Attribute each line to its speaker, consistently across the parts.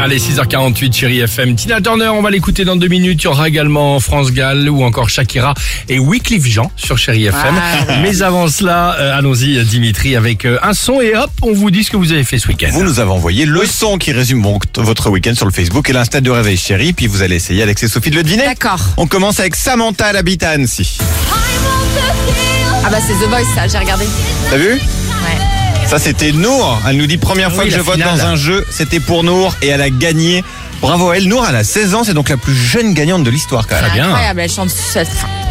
Speaker 1: Allez, 6h48, chérie FM. Tina Turner, on va l'écouter dans deux minutes. Il y aura également France Gall ou encore Shakira et Wycliffe Jean sur chérie
Speaker 2: Ah,
Speaker 1: FM.
Speaker 2: bah
Speaker 1: Mais avant cela, euh, allons-y, Dimitri, avec euh, un son et hop, on vous dit ce que vous avez fait ce week-end.
Speaker 2: Vous nous avez envoyé le son qui résume bon- votre week-end sur le Facebook et l'insta de Réveil Chéri, puis vous allez essayer Alex et Sophie de le deviner.
Speaker 3: D'accord.
Speaker 2: On commence avec Samantha, elle habite à Annecy.
Speaker 3: Ah bah c'est The Voice ça, j'ai regardé.
Speaker 2: T'as vu
Speaker 3: Ouais.
Speaker 2: Ça c'était Nour. Elle nous dit première
Speaker 1: Ah
Speaker 2: fois
Speaker 1: oui,
Speaker 2: que je
Speaker 1: la
Speaker 2: vote
Speaker 1: finale.
Speaker 2: dans un jeu, c'était pour Nour et elle a gagné. Bravo à elle, Nour elle a 16 ans, c'est donc la plus jeune gagnante de l'histoire quand même.
Speaker 1: bien.
Speaker 3: Incroyable, elle chante cette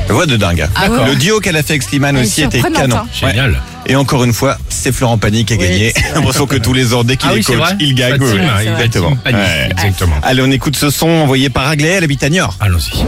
Speaker 2: La voix de dingue. hein.
Speaker 3: Ah ouais.
Speaker 2: Le duo qu'elle a fait avec Slimane
Speaker 3: Elle est
Speaker 2: aussi était
Speaker 3: surprenante,
Speaker 2: canon.
Speaker 3: hein.
Speaker 2: Ouais.
Speaker 1: Génial.
Speaker 2: Et encore une fois, c'est Florent Pagny qui a
Speaker 3: Oui,
Speaker 2: gagné.
Speaker 3: c'est vrai.
Speaker 2: J'ai l'impression que tous les ans, dès qu'il
Speaker 1: Ah
Speaker 2: est
Speaker 1: oui, c'est
Speaker 2: coach,
Speaker 1: vrai.
Speaker 2: il gagne.
Speaker 1: Sa
Speaker 2: Oui,
Speaker 1: team,
Speaker 2: oui,
Speaker 1: hein, il va être
Speaker 2: exactement.
Speaker 1: Team Pagny.
Speaker 2: Ouais.
Speaker 1: Exactement.
Speaker 2: Allez, on écoute ce son envoyé par Aglaé, elle habite à Niort.
Speaker 1: Allons-y.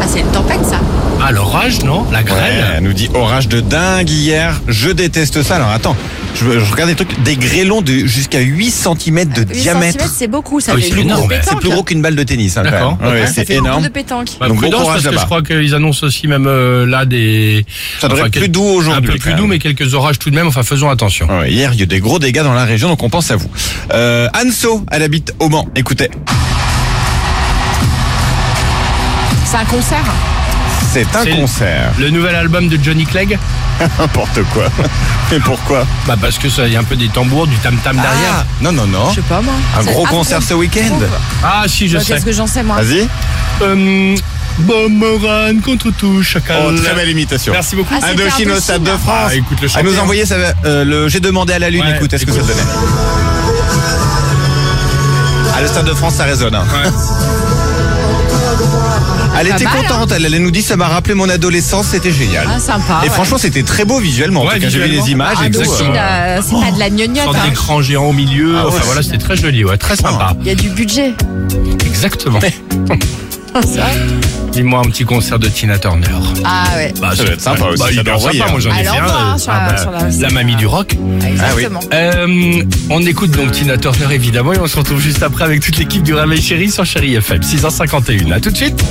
Speaker 3: Ah c'est une tempête ça.
Speaker 1: Ah, l'orage, non La
Speaker 2: Ouais,
Speaker 1: grêle
Speaker 2: elle nous dit orage de dingue hier. Je déteste ça. Alors attends, je, je regarde des trucs, des grêlons de jusqu'à 8 cm de
Speaker 3: 8
Speaker 2: diamètre.
Speaker 3: Ah, centimètres, c'est beaucoup, ça
Speaker 1: Ah oui,
Speaker 3: fait
Speaker 1: c'est
Speaker 3: une
Speaker 1: énorme,
Speaker 3: boule de
Speaker 1: ouais.
Speaker 3: pétanque.
Speaker 2: C'est plus gros qu'une balle de tennis. hein, quand
Speaker 1: D'accord.
Speaker 2: même. Ouais,
Speaker 3: Ouais, ça
Speaker 2: c'est
Speaker 3: fait une boule
Speaker 2: énorme.
Speaker 3: de pétanque.
Speaker 1: Bah,
Speaker 2: Donc, bon
Speaker 1: prudence,
Speaker 2: courage
Speaker 1: parce que
Speaker 2: là-bas.
Speaker 1: je crois qu'ils annoncent aussi même euh, là des...
Speaker 2: Ça devrait
Speaker 1: Enfin,
Speaker 2: être plus
Speaker 1: quel-
Speaker 2: doux
Speaker 1: Un
Speaker 2: aujourd'hui.
Speaker 1: peu plus
Speaker 2: quand
Speaker 1: doux,
Speaker 2: même.
Speaker 1: mais quelques orages tout de même, enfin faisons attention.
Speaker 2: Ouais, hier, il y a eu des gros dégâts dans la région, donc on pense à vous. Euh, Anso, elle habite au Mans. Écoutez,
Speaker 3: C'est un concert
Speaker 2: c'est un
Speaker 1: C'est-
Speaker 2: concert.
Speaker 1: Le nouvel album de Johnny Clegg
Speaker 2: N'importe quoi. Mais pourquoi
Speaker 1: Bah parce que ça, il y a un peu des tambours, du tam-tam derrière.
Speaker 2: Ah, Non, non, non.
Speaker 3: Je sais pas moi.
Speaker 2: Un
Speaker 3: C'est-
Speaker 2: gros
Speaker 3: Ah,
Speaker 2: concert
Speaker 3: pourquoi-
Speaker 2: ce week-end.
Speaker 3: pourquoi
Speaker 1: Ah si, je
Speaker 3: Bah,
Speaker 1: sais.
Speaker 3: Qu'est-ce que j'en sais moi
Speaker 2: Vas-y.
Speaker 1: Euh, Bomoran contre tout,
Speaker 2: Oh,
Speaker 1: chacal.
Speaker 2: très belle imitation.
Speaker 1: Euh, Merci beaucoup.
Speaker 3: Ah, c'était
Speaker 2: Indochine au
Speaker 3: Indochine.
Speaker 2: Stade de France.
Speaker 1: Ah, écoute, le
Speaker 2: elle
Speaker 1: chanteur.
Speaker 2: nous envoyait ça, euh, le J'ai demandé à la Lune.
Speaker 1: Ouais,
Speaker 2: écoute, est-ce que ça
Speaker 1: écoute.
Speaker 2: donnait Ah, le Stade de France, ça résonne. hein.
Speaker 1: Ouais.
Speaker 2: Elle
Speaker 3: Pas
Speaker 2: était
Speaker 3: mal, hein.
Speaker 2: contente. Elle, elle nous dit ça m'a rappelé mon adolescence. C'était génial.
Speaker 3: Ah sympa.
Speaker 2: Et
Speaker 3: ouais.
Speaker 2: franchement, c'était très beau visuellement. En
Speaker 1: Ouais,
Speaker 2: tout cas, j'ai vu
Speaker 1: visuellement.
Speaker 2: les images.
Speaker 1: Ah,
Speaker 2: et tout,
Speaker 1: Indochine,
Speaker 2: euh,
Speaker 3: Indochine, euh, c'est pas de la gnognotte.
Speaker 1: Sorte
Speaker 3: hein.
Speaker 1: d'écran géant au milieu.
Speaker 2: Ah, ouais.
Speaker 1: Enfin voilà, c'était très joli, ouais, très
Speaker 2: Putain.
Speaker 1: sympa.
Speaker 3: Il y a du budget. Ah.
Speaker 1: Exactement.
Speaker 3: C'est vrai
Speaker 1: Dis-moi un petit concert de Tina Turner.
Speaker 3: Ah ouais.
Speaker 1: Bah,
Speaker 2: Ça doit être sympa aussi,
Speaker 1: Bah,
Speaker 2: ça doit
Speaker 1: hyper
Speaker 2: envoyer,
Speaker 1: sympa,
Speaker 2: hein.
Speaker 1: moi j'en ai
Speaker 3: Elle
Speaker 1: fait un.
Speaker 3: envoie,
Speaker 1: euh,
Speaker 3: hein, sur
Speaker 1: ah,
Speaker 3: la-
Speaker 1: bah,
Speaker 3: sur la-
Speaker 1: la mamie du rock.
Speaker 3: Exactement.
Speaker 1: Euh, on écoute donc Tina Turner évidemment et on se retrouve juste après avec toute l'équipe du Réveil Chéri sur Chéri FM 6h51. À tout de suite.